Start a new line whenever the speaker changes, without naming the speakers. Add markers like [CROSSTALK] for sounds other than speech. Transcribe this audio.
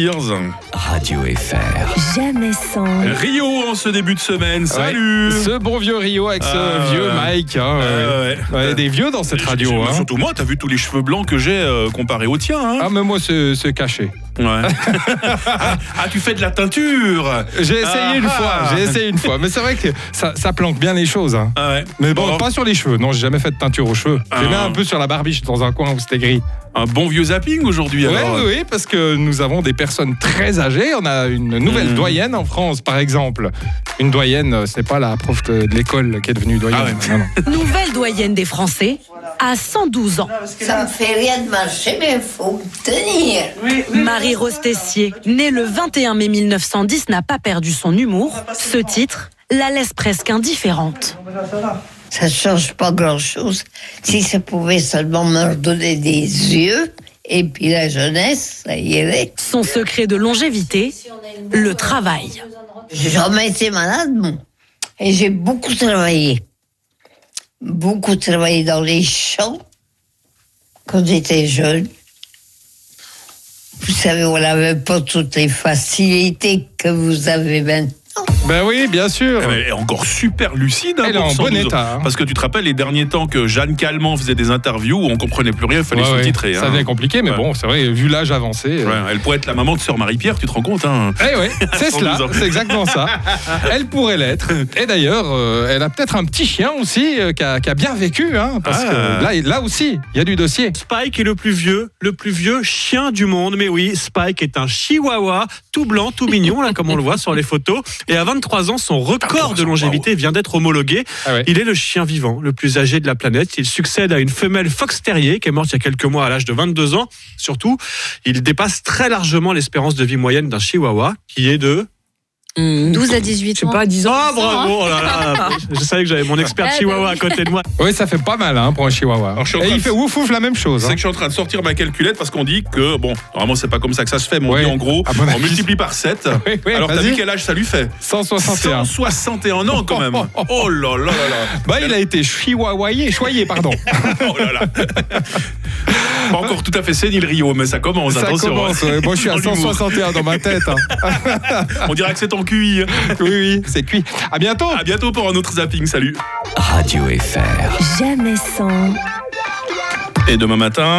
Ears.
Radio FR.
Jamais sans.
Rio en ce début de semaine, salut
Ce bon vieux Rio avec ce
Ah,
vieux
ouais.
Mike. hein,
Ah,
ouais.
ouais.
Ouais, des vieux dans cette radio.
Moi,
hein.
Surtout moi, t'as vu tous les cheveux blancs que j'ai euh, comparé aux tiens. hein
Ah, mais moi, c'est c'est caché. [LAUGHS]
Ouais. ah, ah, tu fais de la teinture
J'ai essayé
Ah,
une
ah.
fois, j'ai essayé une fois. Mais c'est vrai que ça, ça planque bien les choses. hein.
Ah ouais.
Mais bon,
Bon.
pas sur les cheveux. Non, j'ai jamais fait de teinture aux cheveux.
Ah.
J'ai mis un peu sur la barbiche dans un coin où c'était gris.
Un bon vieux zapping aujourd'hui
Ouais,
alors.
oui, oui, parce que nous avons des personnes très âgées. On a une nouvelle
Mhm.
doyenne en France, par exemple. Une doyenne, euh, c'est pas la prof de de l'école qui est devenue doyenne.
Ah ouais.
Non, non.
Nouvelle doyenne des Français à 112 ans.
Ça me fait rien de marcher, mais il faut me tenir.
Marie-Rose Tessier, née le 21 mai 1910, n'a pas perdu son humour. Ce titre la laisse presque indifférente.
Ça change pas grand-chose. Si ça pouvait seulement me redonner des yeux et puis la jeunesse, ça irait.
Son secret de longévité, le travail.
J'ai jamais été malade, moi. Et j'ai beaucoup travaillé. Beaucoup travaillé dans les champs quand j'étais jeune. Vous savez, on n'avait pas toutes les facilités que vous avez maintenant.
Ben oui, bien sûr.
Ah, mais Elle est encore super lucide. hein,
Elle est
pour
en
112
bon
ans.
état, hein.
Parce que tu te rappelles les derniers temps que Jeanne Calment faisait des interviews où on comprenait plus rien, il fallait
Ouais, ouais.
sous-titrer.
Ça
hein.
devient compliqué, mais
Ouais.
bon, c'est vrai, vu l'âge avancé. euh,
Ouais, elle pourrait être la maman de sœur Marie-Pierre, tu te rends compte hein
Eh
[LAUGHS]
oui, c'est
112
cela,
ans.
c'est exactement
[LAUGHS]
ça. Elle pourrait l'être. Et d'ailleurs, euh, elle a peut-être un petit chien aussi euh, qui, a, qui a bien vécu, hein, parce
Ah.
que là, là aussi, il y a du dossier.
Spike est le plus vieux, le plus vieux chien du monde. Mais oui, Spike est un chihuahua, tout blanc, tout mignon, là, comme on le voit sur les photos. Et à 23 ans, son record de longévité vient d'être homologué.
Ah ouais.
Il est le chien vivant, le plus âgé de la planète. Il succède à une femelle fox terrier qui est morte il y a quelques mois à l'âge de 22 ans. Surtout, il dépasse très largement l'espérance de vie moyenne d'un chihuahua, qui est de...
12 à 18 ans. hein.
Ah, bravo oh là
[LAUGHS]
là, Je savais que j'avais mon expert
Eh ben
chihuahua à
oui.
côté de moi.
Oui, ça fait pas mal hein, pour un chihuahua.
Alors, je suis en
Et
train
il
de-
fait ouf ouf la même chose.
C'est
hein.
que je suis en train de sortir ma calculette parce qu'on dit que, bon, normalement c'est pas comme ça que ça se fait, mais on
Ouais. Ah,
dit en gros,
À mon
on
avis.
multiplie par
[LAUGHS]
7.
Oui, oui,
Alors t'as
vas-y.
vu quel âge ça lui fait
161.
161 ans quand
[LAUGHS]
même. Oh là là là là.
Bah, il a été chihuahuayé, choyé, pardon.
Oh là
[LAUGHS]
là. Pas encore tout à fait sénile Rio, oh, mais ça commence.
ça
[LAUGHS] attention. hein.
commence. ouais. Moi, je suis à
Dans l'humour.
161 dans ma tête. hein.
On dirait que c'est en QI.
Oui, oui, c'est cuit. À bientôt.
À bientôt pour un autre zapping. Salut.
Radio FR.
Jamais sans.
Et demain matin.